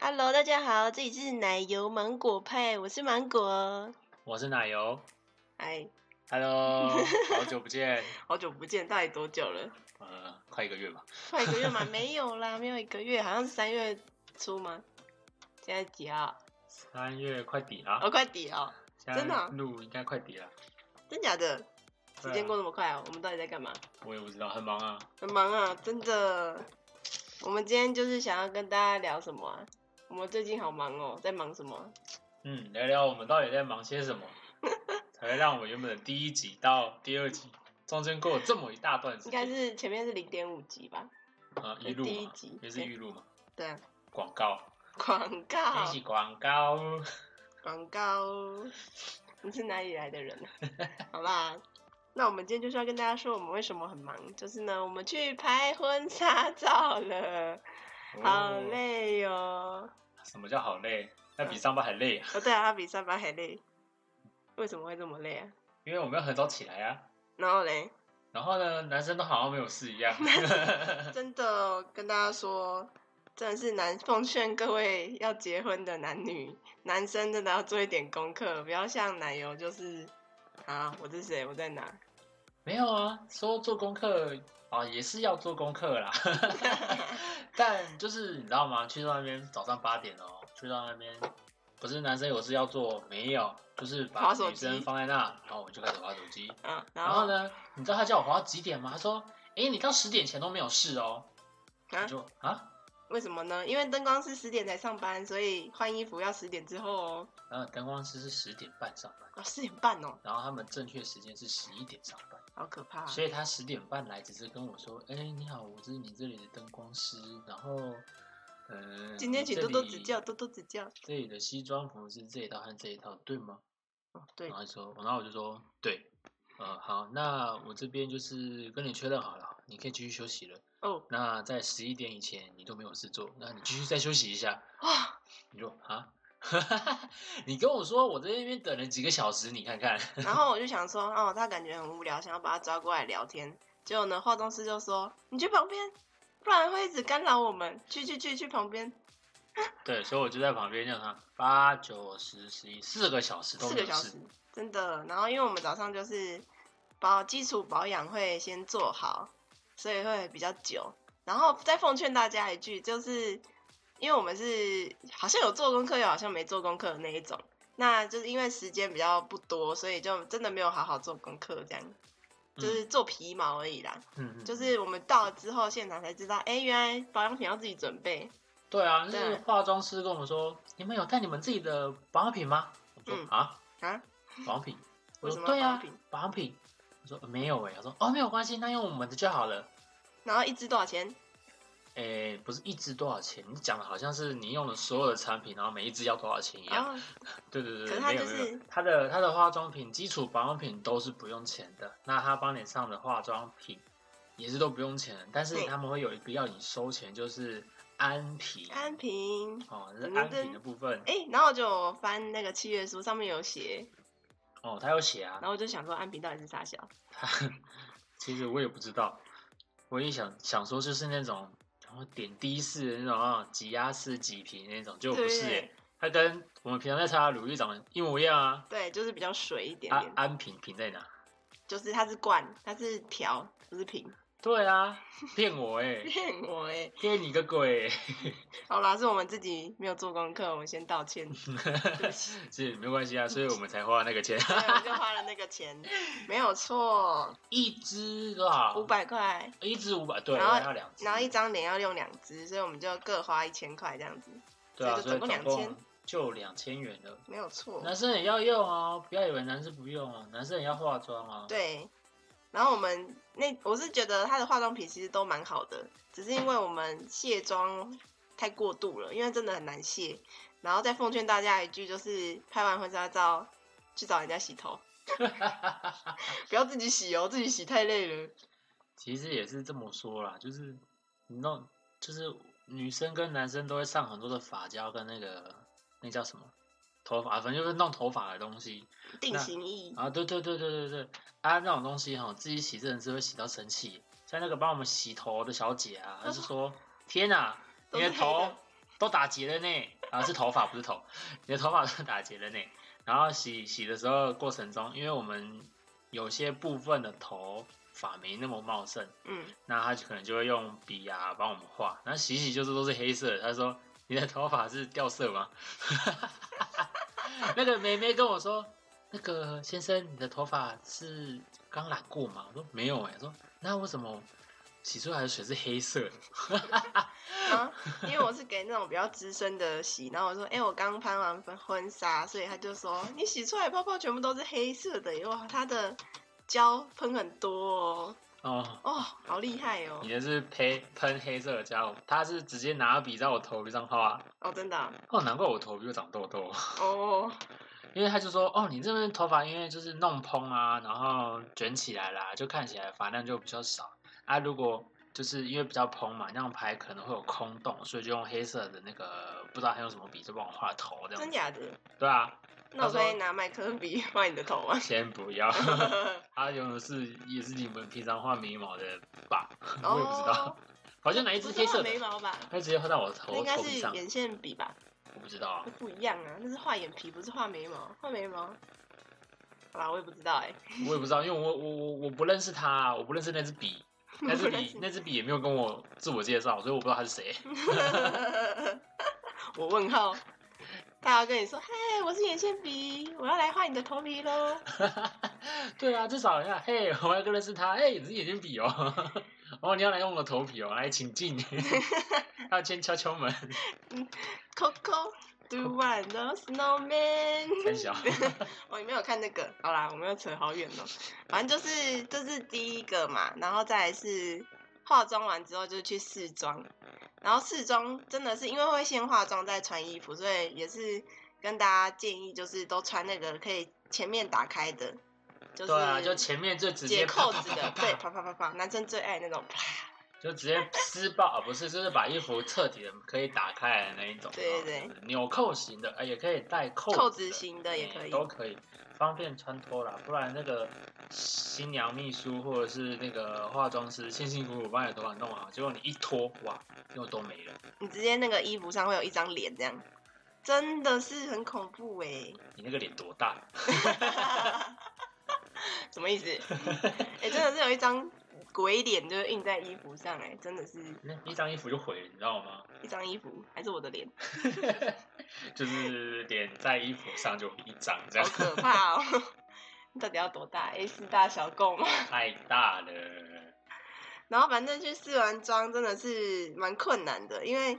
Hello，大家好，这里是奶油芒果派，我是芒果。我是奶油哎， ，Hello，好 久不见，好久不见，到底多久了？呃，快一个月吧，快一个月吗？没有啦，没有一个月，好像是三月初吗？现在几号？三月快底了，哦，快底哦，现在真的啊录应该快底了，真假的？对时啊间过那么快啊？我们到底在干嘛？我也不知道，很忙啊，很忙啊，真的。我们今天就是想要跟大家聊什么啊？我们最近好忙哦，在忙什么啊？嗯，聊聊我们到底在忙些什 么，才会让我原本的第一集到第二集中间过了这么一大段时应该间，是前面是零点五集吧？啊、预录第一嘛集，也是预录嘛，对啊，广告，广告一。起广告，广告， 你是哪里来的人、啊？ 好啦，那我们今天就是要跟大家说我们为什么很忙，就是呢，我们去拍婚纱照了，好哦，累哟、哦。什么叫好累？那比上班还累啊，哦，对啊，它比上班还累。为什么会这么累啊？因为我们要很早起来啊，然后嘞， 然后呢，男生都好像没有事一 样。真的跟大家说，真的是男奉劝各位要结婚的男女男生，真的要做一点功课，不要像奶油就是啊，我是谁，我在哪，没有啊，说做功课啊，也是要做功课啦。 但就是你知道吗？去到那边早上八点哦，去到那边不是男生有事要做，没有，就是把滑手女机生放在那，然后我就开始划手机。啊，然然后后呢，你知道他叫我划到几点吗？他说：“诶，你到十点前都没有事哦。”啊我就啊，为什么呢？因为灯光师十点才上班，所以换衣服要十点之后哦。然后呃灯光师是十点半上班，哦，十点半哦，然后他们正确时间是十一点上班。好可怕、哦所以他十点半来，只是跟我说：“哎、你好，我是你这里的灯光师。”然后，呃，今天你请这多多里指教，。多多指教。这里的西装服是这一套和这一套，对吗？哦，对然，后他说，然后我就说，对，呃，好，那我这边就是跟你确认好了，你可以继续休息了。哦，那在十一点以前你都没有事做，那你继续再休息一下。哇，你说啊？ 你跟我说我在那边等了几个小时，你看看，然后我就想说，哦，他感觉很无聊，想要把他抓过来聊天。结果呢，化妆师就说：“你去旁边，不然会一直干扰我们。去去去去旁边，对，所以我就在旁边让他八九十十一四个小时都四没个有小时事，，真的。然后因为我们早上就是保基础保养会先做好，所以会比较久。然后再奉劝大家一句，就是因为我们是好像有做功课，又好像没做功课的那一种。那就是因为时间比较不多，所以就真的没有好好做功课，这样就是做皮毛而已啦。嗯，嗯就是我们到了之后，现场才知道，哎、原来保养品要自己准备。对啊，就对是化妆师跟我们说，你们有带你们自己的保养品吗？我说、嗯啊，啊，保养品，我 为什说么保对养啊品，保养品。我说没有哎、他说哦没有关系，那用我们的就好了。然后一支多少钱？诶、不是一支多少钱？你讲的好像是你用了所有的产品，然后每一支要多少钱一然样。后对对对可是对，它没有就是没有。它的它的化妆品基础保养品都是不用钱的，那它帮你上的化妆品也是都不用钱，但是对他们会有一个要你收钱，就是安瓶安瓶，哦，是安瓶的部分。哎、然后我就翻那个契约书，上面有写，哦，他有写啊然，后我就想说安平到底是啥小？其实我也不知道，我也想想说就是那种然后点滴式的那种啊，挤压式挤瓶那种，就不是欸对耶、它跟我们平常在擦的乳液长得一模一样啊。对，就是比较水一点安、点，安瓶瓶在哪？就是它是罐，它是条，不是瓶。 对啊，骗我哎、骗我哎、骗你个鬼、好啦，是我们自己没有做功课，我们先道 歉，是没关系啊，所以我们才花那个钱， 对，我们就花了那个钱，没有错，一支多少？五，百块，一支五百，对，然后要两支，然后一张脸要用两支，所以我们就各花一千块这样子，对啊，所以就所以总共总2000共就两千元了。没有错，男生也要用哦，不要以为男生不用哦，男生也要化妆哦。对。然后我们那我是觉得它的化妆品其实都蛮好的，只是因为我们卸妆太过度了，因为真的很难卸。然后再奉劝大家一句，就是拍完婚纱照去找人家洗头，不要自己洗哦，自己洗太累了。其实也是这么说啦，就是你弄，就是女生跟男生都会上很多的发胶跟那个那叫什么头发，反正就是弄头发的东西定型液啊。对对对对对对，啊那种东西哈，自己洗真的是会洗到生气。像那个帮我们洗头的小姐啊，她是说：“天哪、都你是的黑头的都打结了呢。啊，是头发不是头，你的头发都打结了呢。然后洗洗的时候过程中，因为我们有些部分的头发没那么茂盛，嗯，那他就可能就会用笔啊帮我们画。那洗洗就是都是黑色的，他说你的头发是掉色吗？ 那个妹妹跟我说，那个先生你的头发是刚染过吗？我说没有哎、欸，她说那为什么洗出来的水是黑色的？然后啊因为我是给那种比较资深的洗，然后我说，哎、我刚拍完婚婚纱，所以他就说你洗出来的泡泡全部都是黑色的，哇，它的胶喷很多哦，哦，哦，好厉害哦你，的是喷喷黑色的家伙，他是直接拿笔在我头皮上画。哦，真的啊、哦，难怪我头皮会长痘痘。哦，因为他就说，哦，你这边头发因为就是弄蓬啊，然后卷起来啦，就看起来发量就比较少啊。如果就是因为比较蓬嘛，那样拍可能会有空洞，所以就用黑色的那个不知道还用什么笔就帮我画头这样真子。假的？对啊，那我他说可以拿麦克笔画你的头啊吗？先不要， 他用的是也是你们平常画眉毛的吧？我也不知道，哦，好像哪一支不黑是画色的眉，毛吧？他直接画到我那头应该头是皮上，眼线笔吧？我不知道啊。不一样啊，那是画眼皮，不是画眉毛。画眉毛，好啦，我也不知道 哎、我也不知道，因为我我我我不认识他啊，我不认识那 支笔，那支笔那支笔也没有跟我自我介绍，所以我不知道他是谁。我问号，他要跟你说，嗨，我是眼线笔，我要来画你的头皮喽。 对啊，至少人家嘿，我要认识他，嘿，你是眼睛笔哦，哦，你要来用我的头皮哦，来请进， 要先敲敲门， Coco do one the snowman。很小，我也没有看那个，好啦，我们又扯好远了。反正就是这、是第一个嘛，然后再来是化妆完之后就去试妆，然后试妆真的是因为会先化妆再穿衣服，所以也是跟大家建议就是都穿那个可以前面打开的，就是对啊，就前面就直接解啪扣啪子的，对，啪啪啪啪，男生最爱那种啪，就直接撕爆，啊不是，就是把衣服彻底的可以打开来的那一种，对对对，纽扣型的，哎，也可以带 扣扣子子的型的也哎可以，都可以，方便穿脱啦。不然那个新娘秘书或者是那个化妆师辛辛苦苦把你的头发弄好，结果你一脱，哇，又都没了。你直接那个衣服上会有一张脸这样，真的是很恐怖哎、你那个脸多大？什么意思？哎、真的是有一张鬼脸，就是印在衣服上、哎，真的是那一张衣服就毁了，你知 道吗？一张衣服，还是我的脸，就是脸在衣服上就一张这好样，可怕哦！ 你到底要多大？A 四大小够吗？太大了。 然后反正去试完妆真的是蛮困难的，因为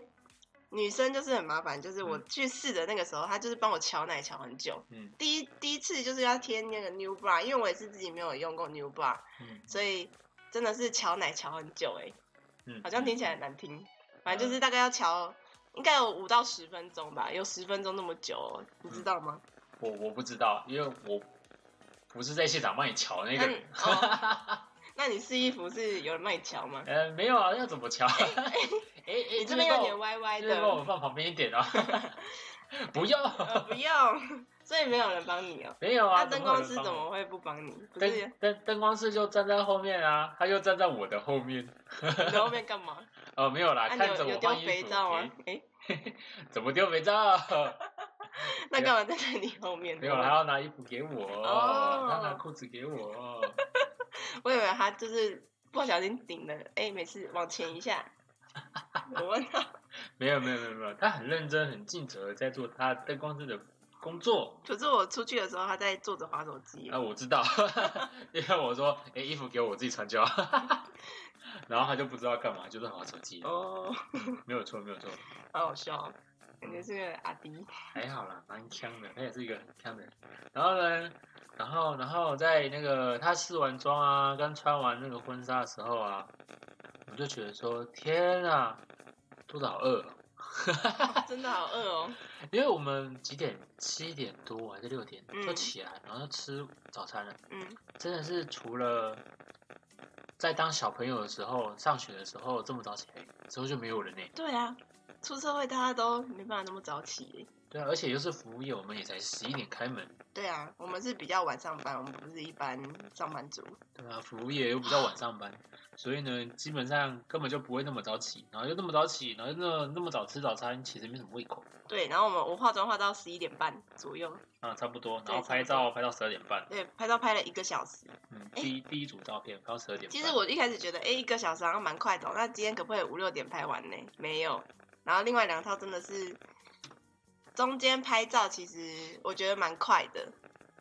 女生就是很麻烦，就是我去试的那个时候，她就是帮我瞧奶瞧很久。嗯第一第一次就是要贴那个 New Bra，因为我也是自己没有用过 New Bra，嗯所以真的是瞧奶瞧很久哎、嗯，好像听起来很难听。反正就是大概要瞧，应该有五到十分钟吧，有十分钟那么久哦、你知道吗？我我不知道，因为我不是在现场帮你瞧嗯那那个你人。哦，那你试衣服是有人帮你瞧吗？呃，没有啊，要怎么瞧？哎哎，你这个边有帮我点歪歪就是帮的，我放旁边一 点啊，不要，呃，不用，所以没有人帮你哦、没有啊。那灯会有光人师帮怎我？么会不帮你？不灯是灯灯光师就站在后面啊，他就站在我的后面。你在后面干 嘛？哦，没有啦，啊，你看着有有我丢换衣服。肥皂吗诶？哎、怎么丢肥皂？那干嘛站在你后面？没有啦，他要拿衣服给我，哦他拿裤子给我。我以为他就是不小心顶了，哎、没事，往前一 下。我问他，没有没有没有没有，他很认真很尽责地在做他灯光师的工作。可是我出去的时候他在坐着滑手机。哦啊，我知道，因为我说，哎、衣服给我，我自己穿就好。然后他就不知道干嘛，就是玩手机。哦。没有错，没有错。好好笑哦，感觉是个阿迪。还好啦，蛮呛的，他也是一个很呛的人。然后呢，然后然后在那个他试完妆啊，刚穿完那个婚纱的时候啊，我就觉得说，天啊，肚子好饿哦、真的好饿哦。因为我们几点？七点多还是六点嗯就起来，然后就吃早餐了。嗯，真的是除了在当小朋友的时候，上学的时候这么早起来之后就没有人呢、对啊，出社会大家都没办法那么早起。对啊，而且又是服务业，我们也才十一点开门，对啊，我们是比较晚上班，我们不是一般上班族。对啊，服务业又比较晚上班，所以呢，基本上根本就不会那么早起，然后又那么早起，然后又那那么早吃早餐，其实没什么胃口对，然后我们我化妆化到十一点半左右，啊，差不多。对然后差拍照拍到十二点半，对，拍照拍了一个小时。嗯，第一第一组照片拍到十二点半。其实我一开始觉得，哎、一个小时好像蛮快的哦、那今天可不可以五六点拍完呢？没有。然后另外两套真的是中间拍照，其实我觉得蛮快的。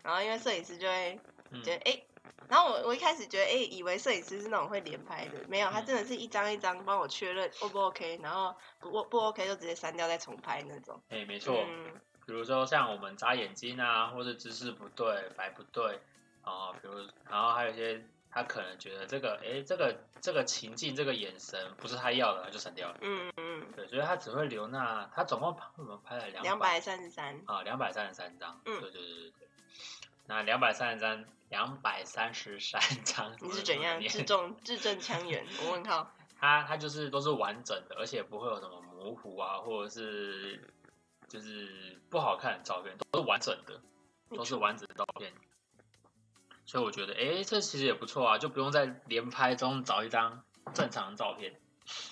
然后因为摄影师就会嗯觉得，哎、然后我我一开始觉得，哎、以为摄影师是那种会连拍的，没有，他嗯真的是一张一张帮我确认 O 不 OK，然后不不 OK 就直接删掉再重拍那种。哎、没错，嗯，比如说像我们眨眼睛啊，或者姿势不对、摆不对啊，比如然后还有一些他可能觉得这个，哎、这个这个情境、这个眼神不是他要的，他就删掉了。嗯嗯，对，所以他只会留那，他总共帮我们拍了两两百三十三，啊，两百三十三张。嗯对对对对对。那两百三十三，两百三十三张，你是怎 样字念正字正腔圆？我问号。它它就是都是完整的，而且不会有什么模糊啊，或者是就是不好看的照片，都是完整的，没都是完整的照片。所以我觉得，哎、这其实也不错啊，就不用在连拍中找一张正常的照片。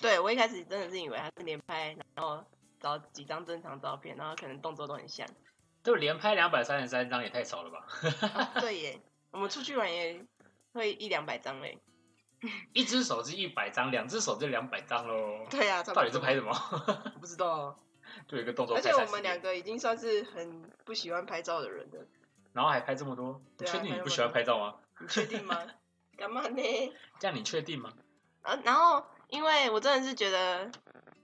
对我一开始真的是以为他是连拍，然后找几张正常照片，然后可能动作都很 像。就连拍两百三十三张也太少了吧？啊对耶，我们出去玩也会一两百张嘞。一只手机一百张，两只手就两百张喽。对呀、啊，差不到多底是拍什么？我不知道啊。就有一个动作而拍30且遍，我们两个已经算是很不喜欢拍照的人了，然后还拍这么多，你对啊确拍定你那不么喜欢多拍照吗？你确定吗？ 干嘛呢？这样你确定吗？啊，然后因为我真的是觉得，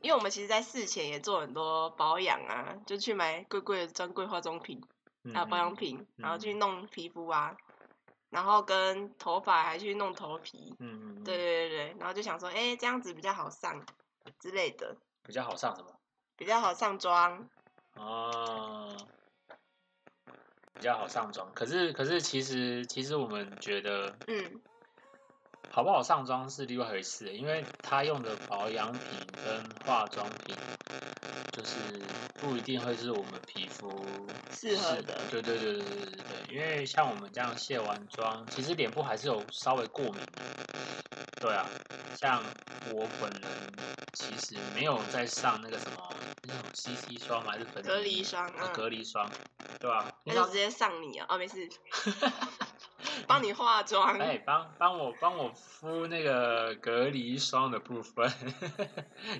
因为我们其实，在事前也做很多保养啊，就去买贵贵的专柜化妆品，嗯还有啊保养，品，然后去弄皮肤啊，然后跟头发还去弄头皮，嗯，嗯嗯对对对对，然后就想说，哎、这样子比较好上之类的，比较好上什么？比较好上妆。哦，比较好上妆。可是，可是，其实，其实我们觉得嗯，好不好上妆是另外一回事，因为他用的保养品跟化妆品，就是不一定会是我们皮肤适合的对对对对对对对，因为像我们这样卸完妆，其实脸部还是有稍微过敏的。对啊，像我本人其实没有在上那个什么那种 CC 霜嘛，还是粉隔底离霜，啊嗯，隔离霜，对吧、你那知道就直接上你啊，哦，没事，帮你化妆。哎，帮帮我帮我敷那个隔离霜的部分，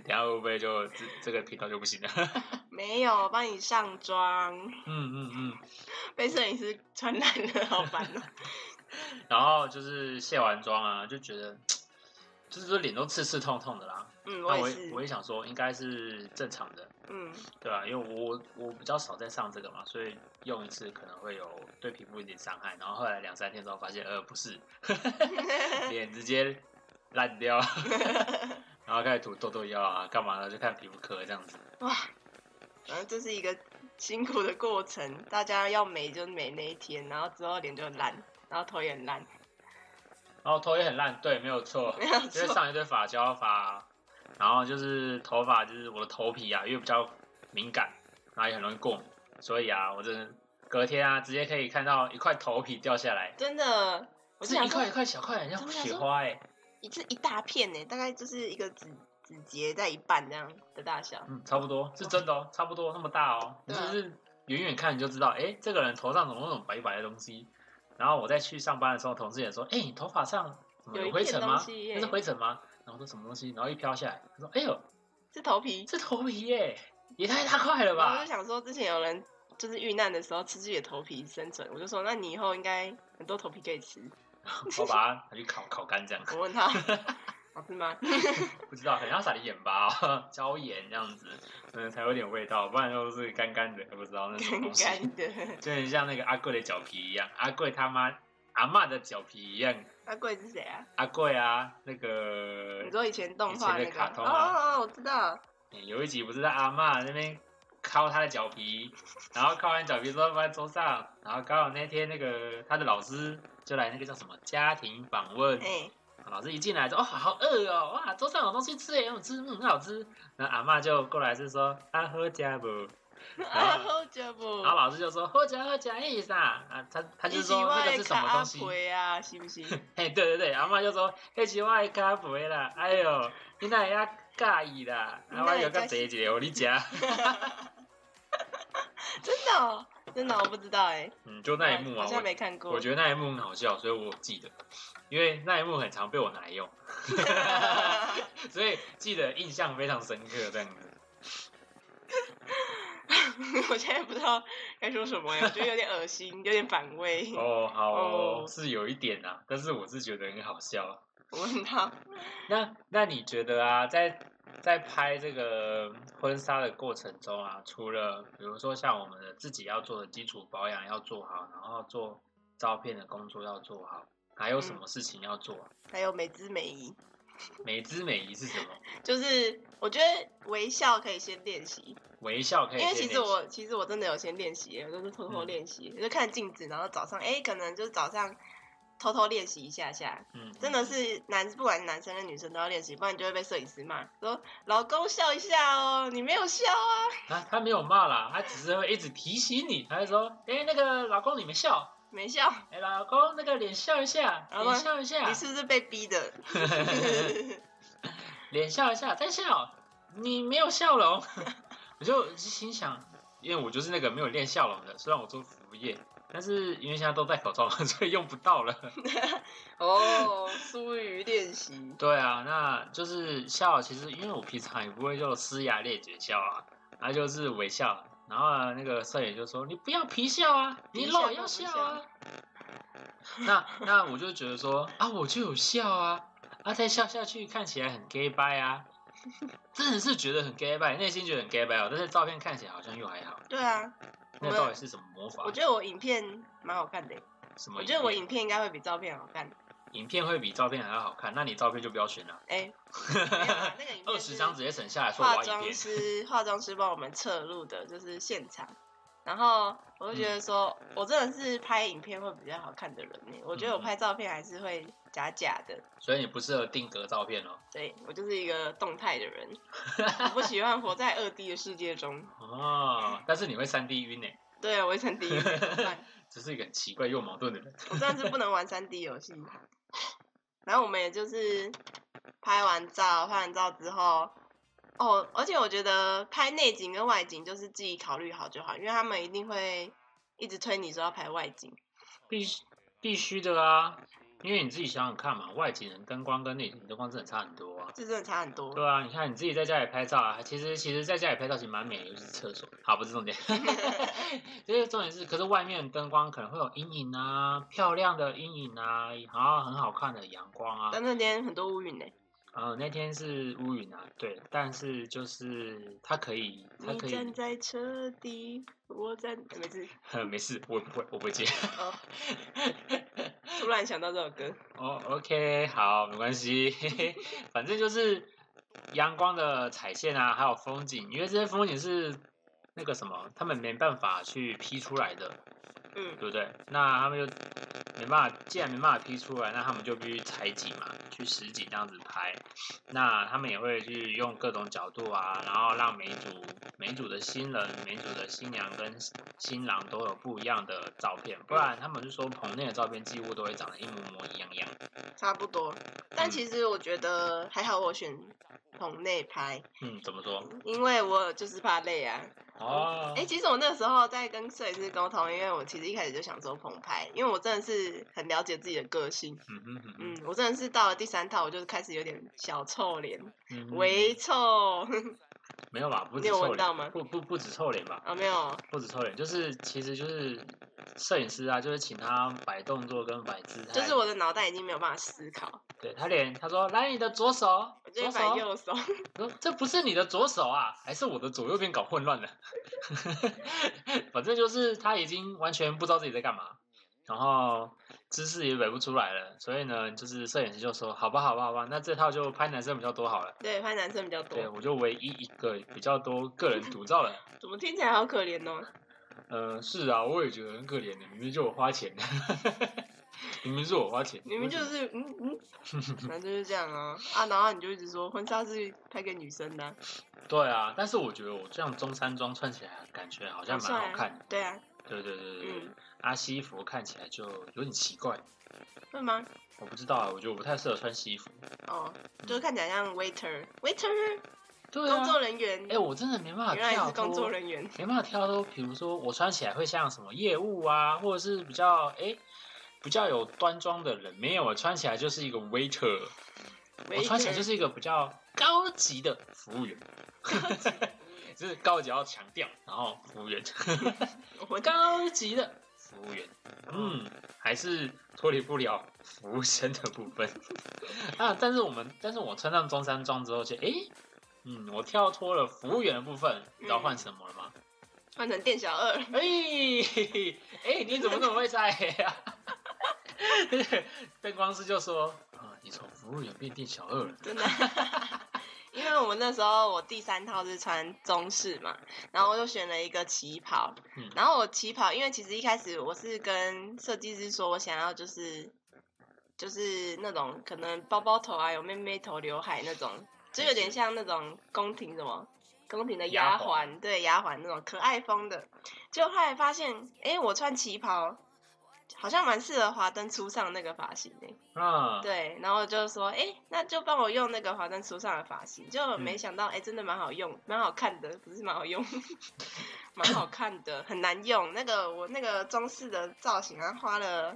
等下会不会就这这个频道就不行了？ 没有，帮你上妆，嗯嗯嗯。被摄影师传染了，好烦哦、然后就是卸完妆啊，就觉得就是说脸都刺刺痛痛的啦。嗯，那我我也也是，我也想说应该是正常的，嗯，对吧、因为我我比较少在上这个嘛，所以用一次可能会有对皮肤一点伤害。然后后来两三天之后发现，呃，不 是， 脸直接烂掉， 然后开始涂痘痘药啊，干嘛的就看皮肤科这样子。哇，反正这是一个辛苦的过程，大家要美就美那一天，然后之后脸就很烂，然后头也很烂，然后头也很烂，对，没有错，没有就是错，上一堆发胶发，然后就是头发，就是我的头皮啊，因为比较敏感，然后也很容易过敏，所以啊，我真的隔天啊，直接可以看到一块头皮掉下来，真的，我是就想一说块一块小块，很像我想雪说花哎、欸，一次一大片呢，大概就是一个指指节在一半这样的大小。嗯，差不多是真的哦，差不多那么大哦，你对是啊不是远远看你就知道，哎、这个人头上怎么有那种白白的东西？然后我再去上班的时候，同事也说，哎、你头发上怎么有一灰片尘东吗？西耶那是灰尘吗？然后我说什么东西？然后一飘下来，他说，哎呦。是头皮。这头皮耶，也太大块了然后我 就？吧想说，之前有人就是遇难的时候吃自己的头皮生存，我就说，那你以后应该很多头皮可以吃。我把它拿去烤烤干这样，我问 他好吃吗？ 不知道，可能要撒点盐巴、哦， 椒盐这样子，嗯，才有点味道，不然都是干干的，不知道那是什么干东西，干的。就很像那个阿贵的脚皮一样，阿贵他妈阿嬷的脚皮一样，阿贵是谁啊？阿贵啊，那你个、说以前动画以那前的个？卡通哦啊哦，哦我知道。欸有一集不是在阿嬷那边。敲他的脚皮，然后敲完脚皮之后放在桌上，然后刚好那天那个他的老师就来那个叫什么家庭访问，哎，老师一进来就哦，好饿哦，哇，桌上有东西吃耶，很好吃，嗯，很好吃。然后阿嬷就过来是说啊，喝家不？啊， 好久不然，后老师就说喝家喝家意思啊，啊，他他就一是起说那外个是什么东西？葵啊，是不是？ 嘿，哎对对对，阿嬷就说 黑奇怪咖啡啦，哎呦，你那也要介意啦，你阿哪我会有个 介姐姐，我你家，真的、哦，真的我不知道哎、嗯，就那一幕啊，好像我没看过。我觉得那一幕很好笑，所以我记得，因为那一幕很常被我拿来 用， 所以记得印象非常深刻这样子。 我现在不知道该说什么哎呀，我觉得有点恶心，有点反胃。哦，好哦哦是有一点啊，但是我是觉得很好笑。啊我问他，那那你觉得啊，在在拍这个婚纱的过程中啊，除了比如说像我们的自己要做的基础保养要做好，然后做照片的工作要做好，还有什嗯么事情要做啊、还有美姿美仪，美姿美仪是什么？就是我觉得微笑可以先练习，微笑可以因为先练习。嗯其实我其实我真的有先练习，我就是偷偷练习，我就看镜子，然后早上哎、可能就是早上偷偷练习一下下，嗯真的嗯是男不管男生跟女生都要练习，不然你就会被摄影师骂，说老公笑一下哦，你没有笑啊，啊，他没有骂啦，他只是会一直提醒你，他就说：“哎、那个老公你们笑，没笑，哎、老公那个脸笑一下，然后脸呢笑一下。”你是不是被逼的？脸笑一下，再笑，你没有笑容， 我就心想，因为我就是那个没有练笑容的，虽然我做服务业，但是因为现在都戴口罩了， 所以用不到了。哦，疏于练习，对啊，那就是笑，其实因为我平常也不会就呲牙咧嘴笑啊，那就是微笑。然后啊那个摄影就说：“你不要皮笑啊，你老要笑啊。”那那我就觉得说啊，我就有笑啊，啊再笑下去看起来很 gay bye 啊，真的是觉得很 gay bye，内心觉得很 gay bye 哦，但是照片看起来好像又还好。对啊，那到底是什么魔法我？觉得我影片蛮好看的，欸什么我影片？觉得我影片应该会比照片好看。影片会比照片还要好看，那你照片就不要选了，哎、没有啊，那个影片 二是十张直接省下来说我化要影妆片。 师化妆师帮我们侧录的，就是现场。然后我就觉得说，我真的是拍影片会比较好看的人呢。我觉得我嗯拍照片还是会假假的，所以你不适合定格照片哦。对我就是一个动态的人，我不喜欢活在二 D 的世界中。哦，但是你会三 D 晕呢，对，啊我也曾第一次怎么 办这是一个很奇怪又矛盾的人。我真的是不能玩三 D 游戏。然后我们也就是拍完照，拍完照之后，哦，而且我觉得拍内景跟外景就是自己考虑好就好，因为他们一定会一直推你说要拍外景。必须必须的啊，因为你自己想想看嘛，外景人灯光跟内景灯光真的差很多啊。这真的差很多。对啊，你看你自己在家里拍照啊，其实其实在家里拍照其实蛮美的，尤其是厕所。好，不是重 点，其实重点是，可是外面的灯光可能会有阴影啊，漂亮的阴影啊，然后很好看的阳光啊。但那天很多乌云呢、呃，那天是乌云啊，对，但是就是它可以，它你可站以，在车底，我站……哎没事， 没事，我也不会，我不会接。哦，突然想到这首歌，哦，OK，好，没关系，反正就是阳光的彩线啊，还有风景，因为这些风景是那个什么，他们没办法去 P 出来的，嗯对不对？那他们就没办法，既然没办法 P 出来，那他们就必须采景嘛，去实景这样子拍。那他们也会去用各种角度啊，然后让每一组每一组的新人、每一组的新娘跟新郎都有不一样的照片，不然他们就说棚内的照片几乎都会长得一模模一样样。差不多。嗯但其实我觉得还好，我选棚内拍，嗯，怎么说？因为我就是怕累啊。哦，哎、其实我那个时候在跟摄影师沟通，因为我其实一开始就想做棚拍，因为我真的是很了解自己的个性。嗯哼嗯哼嗯，我真的是到了第三套，我就开始有点小臭脸，嗯哼，微臭 没有吧？不你止有臭闻到脸，吗不不不止臭脸吧？啊，没有，不止臭脸，就是其实就是摄影师啊，就是请他摆动作跟摆姿态，就是我的脑袋已经没有办法思考，对他连他说来你的左手，我就左会摆手，右手。 我说这不是你的左手啊，还是我的左右边搞混乱了， 反正就是他已经完全不知道自己在干嘛。然后姿势也摆不出来了，所以呢，就是摄影师就说：“好吧，好吧，好吧，那这套就拍男生比较多好了。”对，拍男生比较对，多，我就唯一一个比较多个人独照了。怎么听起来好可怜哦？呃，是啊，我也觉得很可怜的，明明就我花钱的。 明明是我花钱，明明就为什么是嗯嗯，反正就是这样啊啊，然后你就一直说婚纱是拍给女生的啊、对啊，但是我觉得我这样中山装穿起来感觉好像蛮好看的，对啊，对对对对对嗯，阿西服看起来就有点奇怪，会吗？我不知道啊，我觉得我不太适合穿西服。哦，就是看起来像 waiter waiter 对工啊，作人员哎、，我真的没办法原来你跳是工作脱，人员，没办法跳脱。比如说我穿起来会像什么业务啊，或者是比较哎、比较有端庄的人，没有，我穿起来就是一个 waiter，我穿起来 waiter 就是一个比较高级的服务员， 就是高级要强调，然后服务员。我刚高级的服务员，嗯，还是脱离不了服务生的部分啊。但是我们，但是我穿上中山装之后就，诶，嗯，我跳脱了服务员的部分，你知道换什么了吗？换成店小二，诶，嘿嘿诶，你怎么那么会猜呀、 灯光师就说：“啊，你从服务员变店小二了。真的。 因为我们那时候我第三套是穿中式嘛，然后我就选了一个旗袍，嗯然后我旗袍，因为其实一开始我是跟设计师说我想要就是就是那种可能包包头啊，有妹妹头刘海那种，就有点像那种宫廷什么宫廷的丫丫鬟鬟，对丫鬟那种可爱风的。结果后来发现，哎、我穿旗袍好像蛮适合华灯初上那个发型诶、 啊，对，然后就说，哎、那就帮我用那个华灯初上的发型，就没想到，哎、真的蛮好用，蛮好看的，不是蛮好用， 蛮好看的，很难用。那个我那个中式的造型啊，花了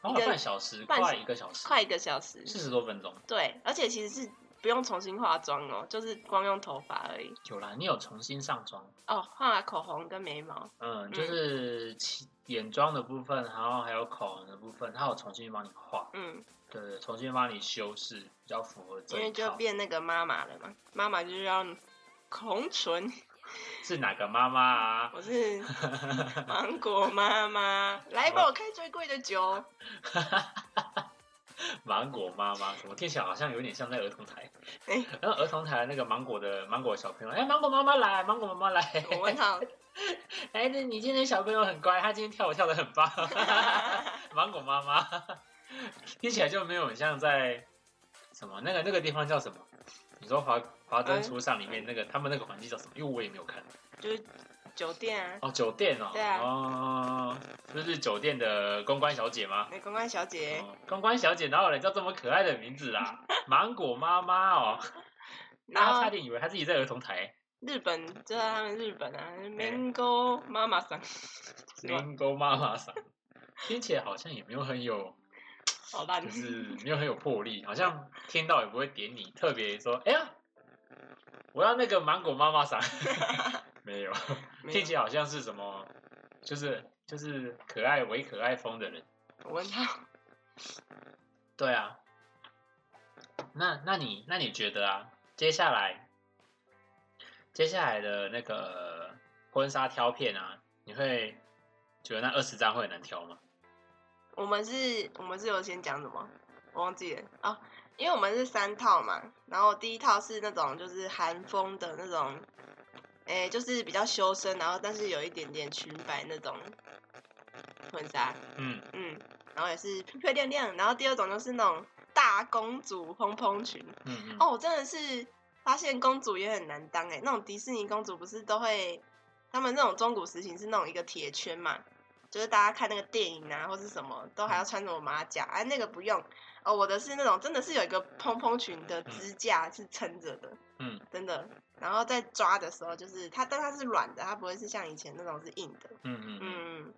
然一后个半小时，半快一个小时，快一个小时，四十多分钟。对，而且其实是不用重新化妆哦，就是光用头发而已。有啦，你有重新上妆。哦，画了口红跟眉毛，嗯，就是起眼妆的部分，然后还有口红的部分，它有重新帮你画，嗯，对对，重新帮你修饰，比较符合这因一为就套。变那个妈妈了嘛，妈妈就是要红唇，是哪个妈妈啊？我是 芒果妈妈，来吧，我开最贵的酒。芒果妈妈，怎么听起来好像有点像在儿童台？ 哎然后儿童台那个芒果的芒果小朋友，哎、芒果妈妈来，芒果妈妈来， 我问他，哎，那你今天小朋友很乖，他今天跳舞跳的很棒， 芒果妈妈， 听起来就没有很像在什么那个那个地方叫什么？你说华华灯初上里面那个他们那个环境叫什么？因为我也没有看就是 酒店啊，哦，酒店哦，对啊哦，就是酒店的公关小姐吗？那公关小姐，哦公关小姐哪有人叫这么可爱的名字啦？ 芒果妈妈哦，然大家差后点以为她自己在儿童台。日本，知道他们日本啊，Mango 妈妈桑，是吧民工妈妈桑，听起来好像也没有很有好烂就，是没有很有魄力，好像听到也不会点你，特别说，哎呀，我要那个芒果妈妈伞， 没有，没听起有来好像是什么，就是就是可爱伪可爱风的人，我问他，对啊，那那你那你觉得啊，接下来接下来的那个婚纱挑片啊，你会觉得那二十张会很难挑吗？我们是，我们是有先讲什么？我忘记了哦，因为我们是三套嘛，然后第一套是那种就是韩风的那种，诶、就是比较修身，然后但是有一点点裙摆那种婚纱，嗯，嗯，然后也是漂漂亮亮，然后第二种就是那种大公主蓬蓬裙，嗯嗯，哦，我真的是发现公主也很难当哎、那种迪士尼公主不是都会，他们那种中古时期是那种一个铁圈嘛，就是大家看那个电影啊或是什么，都还要穿什么马甲，哎、那个不用。哦，我的是那种真的是有一个蓬蓬裙的支架是撑着的，嗯，真的。然后在抓的时候，就是它，但它是软的，它不会是像以前那种是硬的。嗯嗯嗯嗯，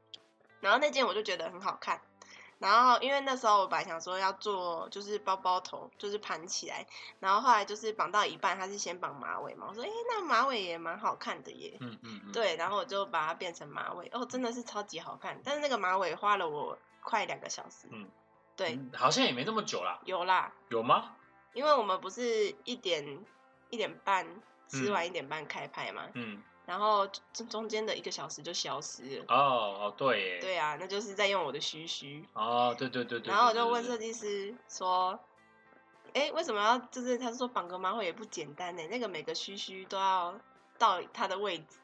然后那件我就觉得很好看。然后因为那时候我本来想说要做就是包包头，就是盘起来，然后后来就是绑到一半，他是先绑马尾嘛，我说诶，那马尾也蛮好看的耶。嗯嗯嗯，对，然后我就把它变成马尾，哦，真的是超级好看。但是那个马尾花了我快两个小时。嗯，对，嗯，好像也没那么久啦，有啦，有吗？因为我们不是一点一点半吃完一点半开拍嘛，嗯，然后中中间的一个小时就消失了。哦哦，对耶，对啊，那就是在用我的须须。哦，对对对对。然后我对就问对设计师说：“哎、为什么要？就是他说绑个马尾也不简单呢、那个每个须须都要到他的位置，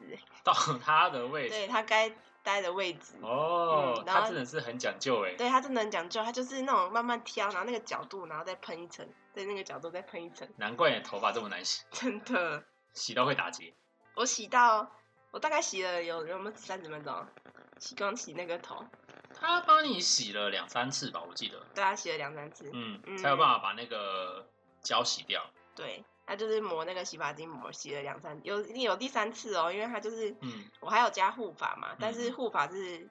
到 他的位置对他该待的位置。哦，嗯然后他真的是很讲究哎，对他真的很讲究，他就是那种慢慢挑，然后那个角度，然后再喷一层，在那个角度再喷一层，难怪你的头发这么难洗，真的。洗到会打结。我洗到我大概洗了有有没有三十分钟，洗光洗那个头，他帮你洗了两三次吧，我记得，对他洗了两三次，嗯嗯，才有办法把那个胶洗掉。对他就是抹那个洗发精抹洗了两三，有一定有第三次哦，因为他就是嗯，我还有加护发嘛，但是护发是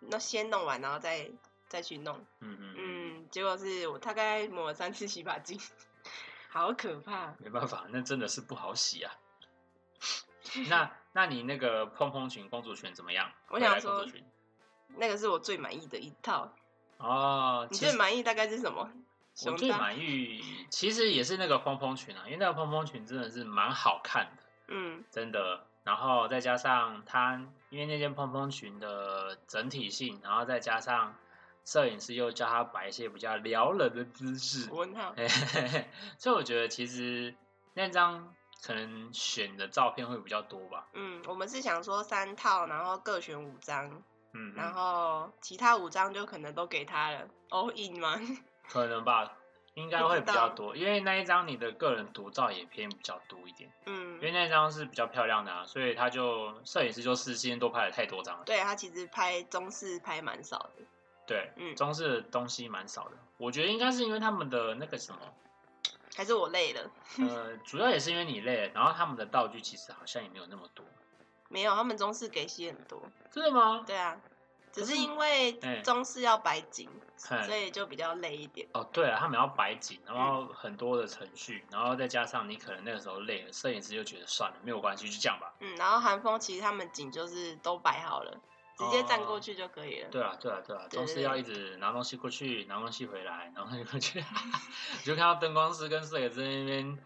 那先弄完然后再再去弄，嗯嗯嗯，嗯，结果是我大概抹了三次洗发精， 好可怕。没办法，那真的是不好洗啊。 那那你那个蓬蓬裙、公主裙怎么样？ 我想未来公说主裙那个是我最满意的一套。哦，你其最实满意大概是什么？我熊最大，满意其实也是那个蓬蓬裙啊，因为那个蓬蓬裙真的是蛮好看的，嗯真的。然后再加上它，因为那件蓬蓬裙的整体性，然后再加上摄影师又叫它摆一些比较撩人的姿势，我问号，嘿嘿嘿所以我觉得其实那张可能选的照片会比较多吧。嗯，我们是想说三套，然后各选五张，嗯，然嗯后其他五张就可能都给他了，all in 吗？ 可能吧，应该不会知比较道多，因为那一张你的个人独照也偏比较多一点，因为嗯，那一张是比较漂亮的啊，所以他就摄影师就事先多拍了太多张了。对他其实拍中式拍蛮少的，对，嗯中式的东西蛮少的，我觉得应该是因为他们的那个什 么，还是我累了？呃，主要也是因为你累了，然后他们的道具其实好像也没有那么多。没有，他们中式给戏很多，真的吗？对啊，只可是是因为哎中式要摆景，哎所以就嗯比较累一点。哦，对了，他们要摆景，然后很多的程序，然后再加上你可能那个时候累了，摄影师就觉得算了，没有关系，就这样吧。嗯，然后韩风其实他们景就是都摆好了，直接站过去就可以了。对啊，对啊，对啊，对总是对要一直拿东西过去，拿东西回来，拿东西过去， 你就看到灯光师跟摄影师在那边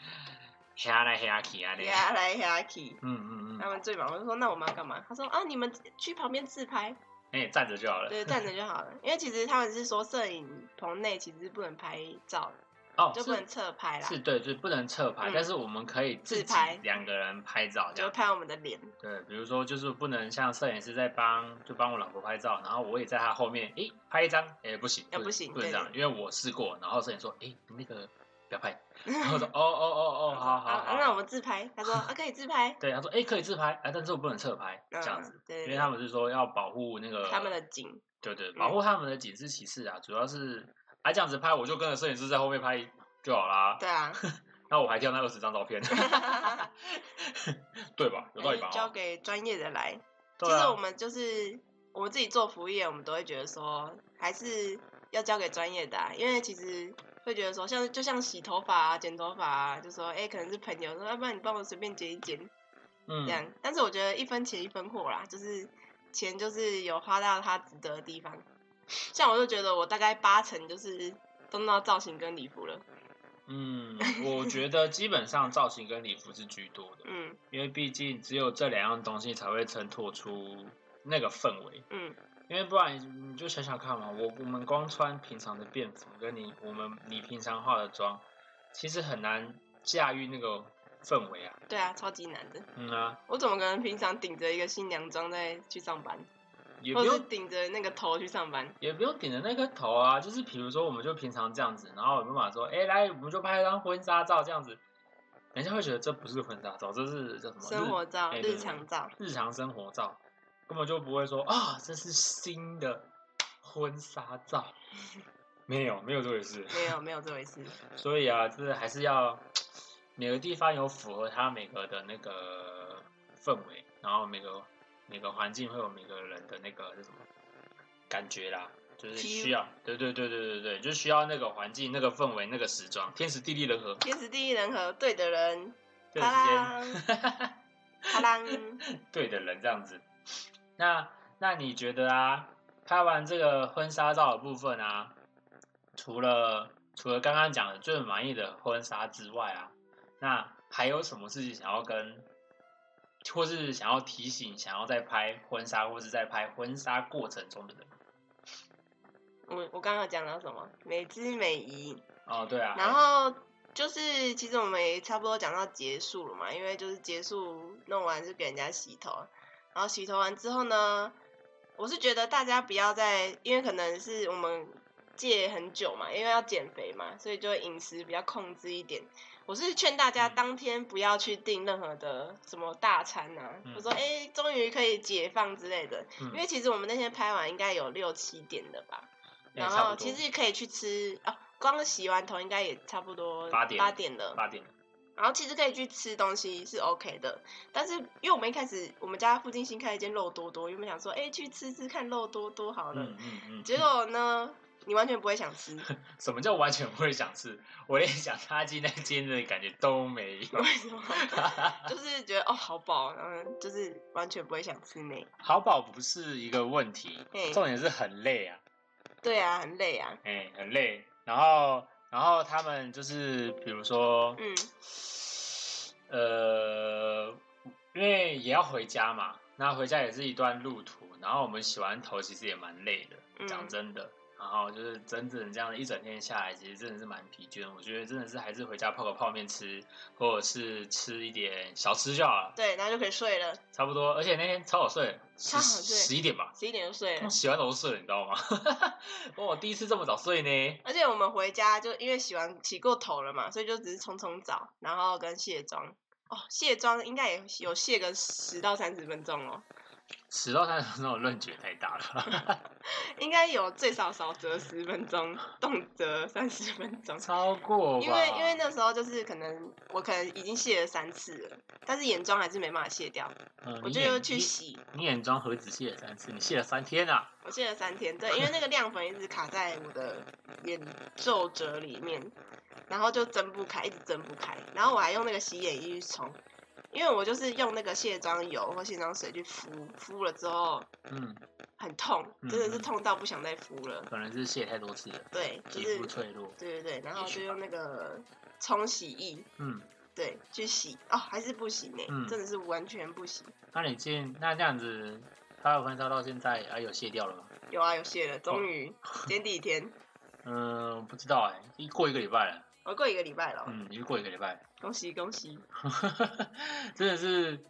黑来黑去啊的。呀来呀去。嗯嗯他嗯，们最忙，我就说那我们要干嘛？他说啊，你们去旁边自拍，哎、站着就好了。对，站着就好了。因为其实他们是说摄影棚内其实不能拍照的，哦，就不能侧拍是啦，是，对，就不能侧拍，嗯但是我们可以自自己拍两个人拍照这就样。拍我们的脸。对，比如说就是不能像摄影师在帮就帮我老婆拍照，然后我也在她后面，诶、拍一张，哎、不行，啊不不行行不能对这样，因为我试过，然后摄影说，诶、那个不要 拍，然后我说，哦哦哦哦，好好啊好，那我们自拍。他 说啊，可以自拍。对，他说，诶、可以自拍，啊，但是我不能侧拍，这样子，嗯，对，因为他们是说要保护那个他们的， 嗯景，对对，保护他们的警示骑士啊，主要是，啊，这样子拍，我就跟着摄影师在后面拍就好啦，对啊，那我还挑那二十张照片，对吧？ 有道 理吧？哎交给专业的来。其对实啊我们就是我们自己做服务业，我们都会觉得说，还是要交给专业的、啊，因为其实会觉得说，像就像洗头发啊、剪头发啊，就说哎、诶可能是朋友说，要不然你帮我随便剪一剪这嗯，样。但是我觉得一分钱一分货啦，就是钱就是有花到它值得的地方。像我就觉得我大概八成就是都弄到造型跟礼服了，嗯，我觉得基本上造型跟礼服是居多的，嗯因为毕竟只有这两样东西才会衬托出那个氛围。嗯因为不然你就想想看嘛，我我们光穿平常的便服，跟你我们你平常化的妆，其实很难驾驭那个氛围啊。对啊，超级难的。嗯啊，我怎么可能平常顶着一个新娘装再去上班，也或不者是用顶着那个头去上班？也不用顶着那个头啊，就是比如说我们就平常这样子，然后我们马说，哎、来，我们就拍一张婚纱照这样子，人家会觉得这不是婚纱照，这是叫什么生活照、哎对日常照，日常生活照，根本就不会说啊，这是新的婚纱 照，没有没有这回事。没有没有这回事。所以啊，就是还是要每个地方有符合它每个的那个氛围，然后每个每个环境会有每个人的那个是什么感觉啦，就是需要，对对对对对对，就需要那个环境、那个氛围、那个时装，天时地利人和，天时地利人和，对的人，这个啦时 间，哈当。 对的人这样子。那那你觉得啊，拍完这个婚纱照的部分啊，除了除了刚刚讲的最满意的婚纱之外啊，那还有什么事情想要跟，或是想要提醒想要在拍婚纱或是在拍婚纱过程中的人？我我刚刚有讲到什么？美姿美仪，哦，对啊，然后就是其实我们也差不多讲到结束了嘛，因为就是结束弄完就给人家洗头，啊然后洗头完之后呢，我是觉得大家不要再，因为可能是我们戒很久嘛，因为要减肥嘛，所以就饮食比较控制一点。我是劝大家嗯当天不要去订任何的什么大餐啊，嗯我说哎，诶终于可以解放之类的，嗯因为其实我们那天拍完应该有六七点的吧，哎然差后不多其实可以去吃啊，光洗完头应该也差不多八点八点了。八点，然后其实可以去吃东西是 OK 的，但是因为我们一开始我们家附近新开了一间肉多多，原本想说哎去吃吃看肉多多好了，嗯嗯嗯。结果呢你完全不会想吃， 什么叫完全不会想吃？我连想插进那间的感觉都没有。为什么？ 就是觉得哦好饱，然后就是完全不会想吃呢。好饱不是一个问题嗯，重点是很累啊，对啊，很累啊，哎、很累。然后，然后他们就是比如说，嗯呃，因为也要回家嘛，那回家也是一段路途。然后我们洗完头其实也蛮累的，讲嗯真的。然后就是整整这样一整天下来，其实真的是蛮疲倦。我觉得真的是还是回家泡个泡面吃，或者是吃一点小吃就好了。对，然后就可以睡了，差不多，而且那天超好睡，超十好睡十一点吧，十一点就睡了。洗完头就睡了，你知道吗？ 哇我第一次这么早睡呢。而且我们回家就因为洗完洗过头了嘛，所以就只是冲冲澡，然后跟卸妆。哦，卸妆应该也有卸个十到三十分钟哦。十到三十分钟，我论觉太大了，应该有最少少则十分钟，动辄三十分钟。超过吧因为因为那时候就是可能我可能已经卸了三次了，但是眼妆还是没办法卸掉，嗯我你就眼又去你洗，你眼妆何止卸了三次，你卸了三天啊！我卸了三天，对，因为那个亮粉一直卡在我的眼皱褶里面，然后就睁不开，一直睁不开，然后我还用那个洗眼液去冲，因为我就是用那个卸妆油或卸妆水去敷，敷了之后嗯，很痛，嗯真的是嗯痛到不想再敷了，可能是卸太多次了，对，就皮是嗯肤脆弱。对对对，然后也许就用那个冲洗液，嗯，对，去洗哦，还是不洗呢，嗯真的是完全不洗。那你进那这样子，它有分烧到现在啊，有卸掉了吗？有啊，有卸了，终于、哦今天第一天，嗯，不知道哎、一过一个礼拜了，我过一个礼拜了，嗯，已经过一个礼拜了。恭喜恭喜！ 真的是，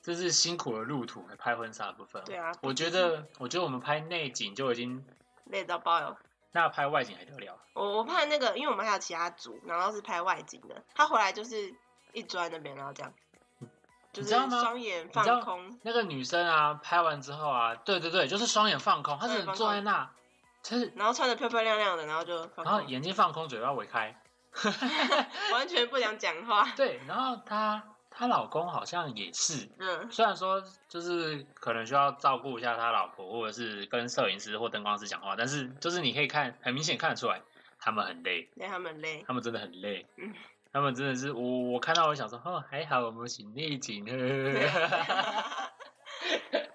这是辛苦的路途拍婚纱的部分。对啊我觉得，我觉得我们拍内景就已经，累到爆了。那拍外景还得了？我我怕那个，因为我们还有其他组，然后是拍外景的，他回来就是一坐在那边，然后这样，就你是知道吗双眼你知道放空，那个女生啊，拍完之后啊，对对对，就是双眼放空，她双眼只能坐在放那，就是然后穿的漂漂亮亮的，然后就放然后空，眼睛放空，嘴巴微开。完全不想讲话。对，然后她她老公好像也是，嗯，虽然说就是可能需要照顾一下他老婆，或者是跟摄影师或灯光师讲话，但是就是你可以看很明显看得出来，他们很累。让他们累。他们真的很累，嗯他们真的是我我看到我想说，哦，还好我们请 内景，嗯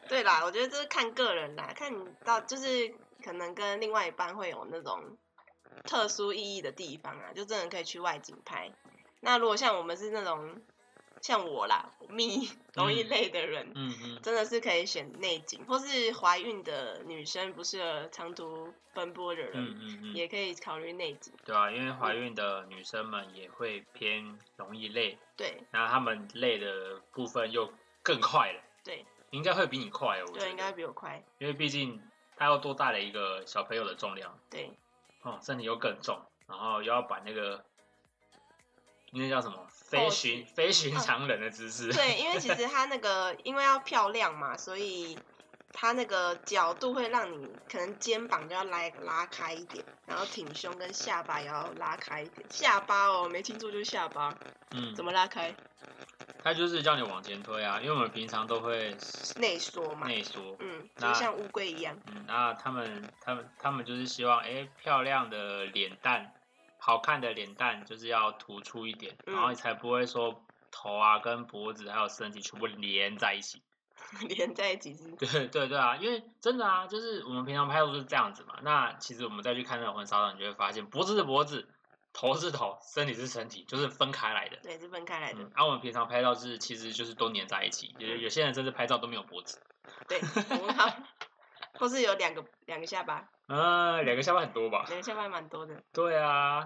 对啦，我觉得这是看个人啦，看你到就是可能跟另外一半会有那种特殊意义的地方啊，就真的可以去外景拍。那如果像我们是那种像我啦，咪容易累的人，嗯嗯，真的是可以选内景，或是怀孕的女生不适合长途奔波的嗯人，嗯嗯，也可以考虑内景。对啊，因为怀孕的女生们也会偏容易累，对然后她们累的部分又更快了，对应该会比你快哦，我觉对，得应该比我快。因为毕竟她又多带了一个小朋友的重量， 对，哦，身体又更重，然后又要把那个。那叫什么？后非续寻非寻常人的姿势。对，因为其实它那个因为要漂亮嘛，所以它那个角度会让你可能肩膀就要拉拉开一点，然后挺胸跟下巴也要拉开一点。下巴哦，没听错就是下巴，嗯，怎么拉开？他就是叫你往前推啊，因为我们平常都会内缩嘛，内缩。嗯，就那像乌龟一样。 嗯，那他们他们他们就是希望，哎、漂亮的脸蛋，好看的脸蛋就是要突出一点，嗯然后你才不会说头啊跟脖子还有身体全部连在一起。 连在一起是，对对对啊，因为真的啊，就是我们平常拍都是这样子嘛。那其实我们再去看那种婚纱照，你就会发现脖子是脖子，头是头，身体是身体，就是分开来的。对，是分开来的嗯，，啊，我们平常拍照是其实就是都粘在一起，有有些人甚至拍照都没有脖子。对，很好。 或是有两个两个下巴，呃嗯，两个下巴很多吧？两个下巴蛮多的，对啊，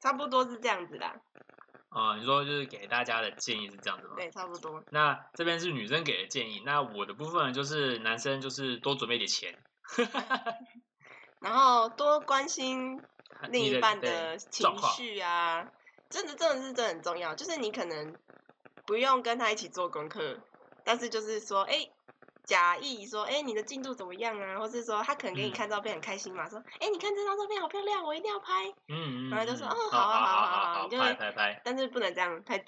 差不多是这样子啦。啊、你说就是给大家的建议是这样子吗？对，差不多。那这边是女生给的建议，那我的部分就是男生就是多准备点钱，然后多关心另啊你一半对的状情况绪啊，真的真的是真的很重要。就是你可能不用跟他一起做功课，但是就是说，哎、假意说，哎、你的进度怎么样啊？或是说他可能给你嗯看照片很开心嘛，说，哎、你看这张照片好漂亮，我一定要拍。嗯嗯，然后就说嗯哦好好啊好啊好好啊好，你就拍会拍拍，但是不能这样，太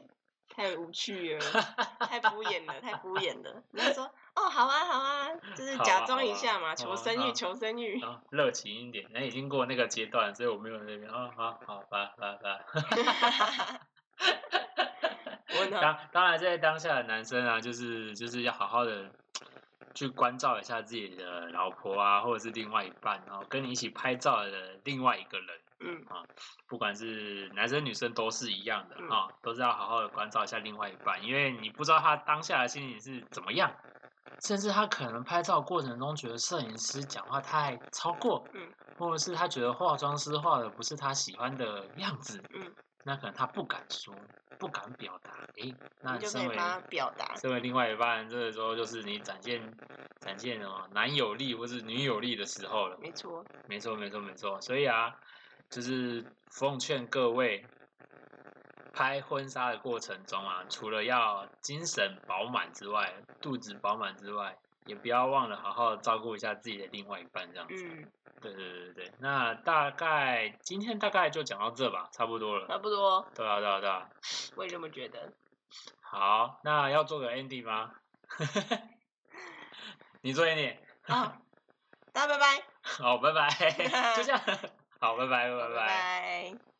太无趣了，太敷衍了，太敷衍了。你就说，哦，好啊好啊，就是好啊假好装一啊下嘛，好求啊生好欲，啊求生欲。然后热情一点，那已经过那个阶段，所以我没有那边啊，好好吧，吧 吧。我问他，当当然，在当下的男生啊，就是就是要好好的去关照一下自己的老婆啊，或者是另外一半，然后跟你一起拍照的另外一个人，嗯，不管是男生女生都是一样的嗯啊、都是要好好的关照一下另外一半，因为你不知道他当下的心情是怎么样，甚至他可能拍照过程中觉得摄影师讲话太超过，嗯，或者是他觉得化妆师画的不是他喜欢的样子，嗯，那可能他不敢说，不敢表达，诶、那你你就可身以为帮他表达。身为另外一半，这个时候就是你展现展现什么男友力或是女友力的时候了。没错，没错，没错，没错。所以啊，就是奉劝各位，拍婚纱的过程中啊，除了要精神饱满之外，肚子饱满之外，也不要忘了好好照顾一下自己的另外一半，这样子。嗯，对对对对对。那大概今天大概就讲到这吧，差不多差了。不多，对啊，对啊，对啊。我也这么觉得。好，那要做个 ending 吗？ 你做 ending。 啊，大家拜拜， 好，拜拜。就这样。好，拜拜，拜拜拜。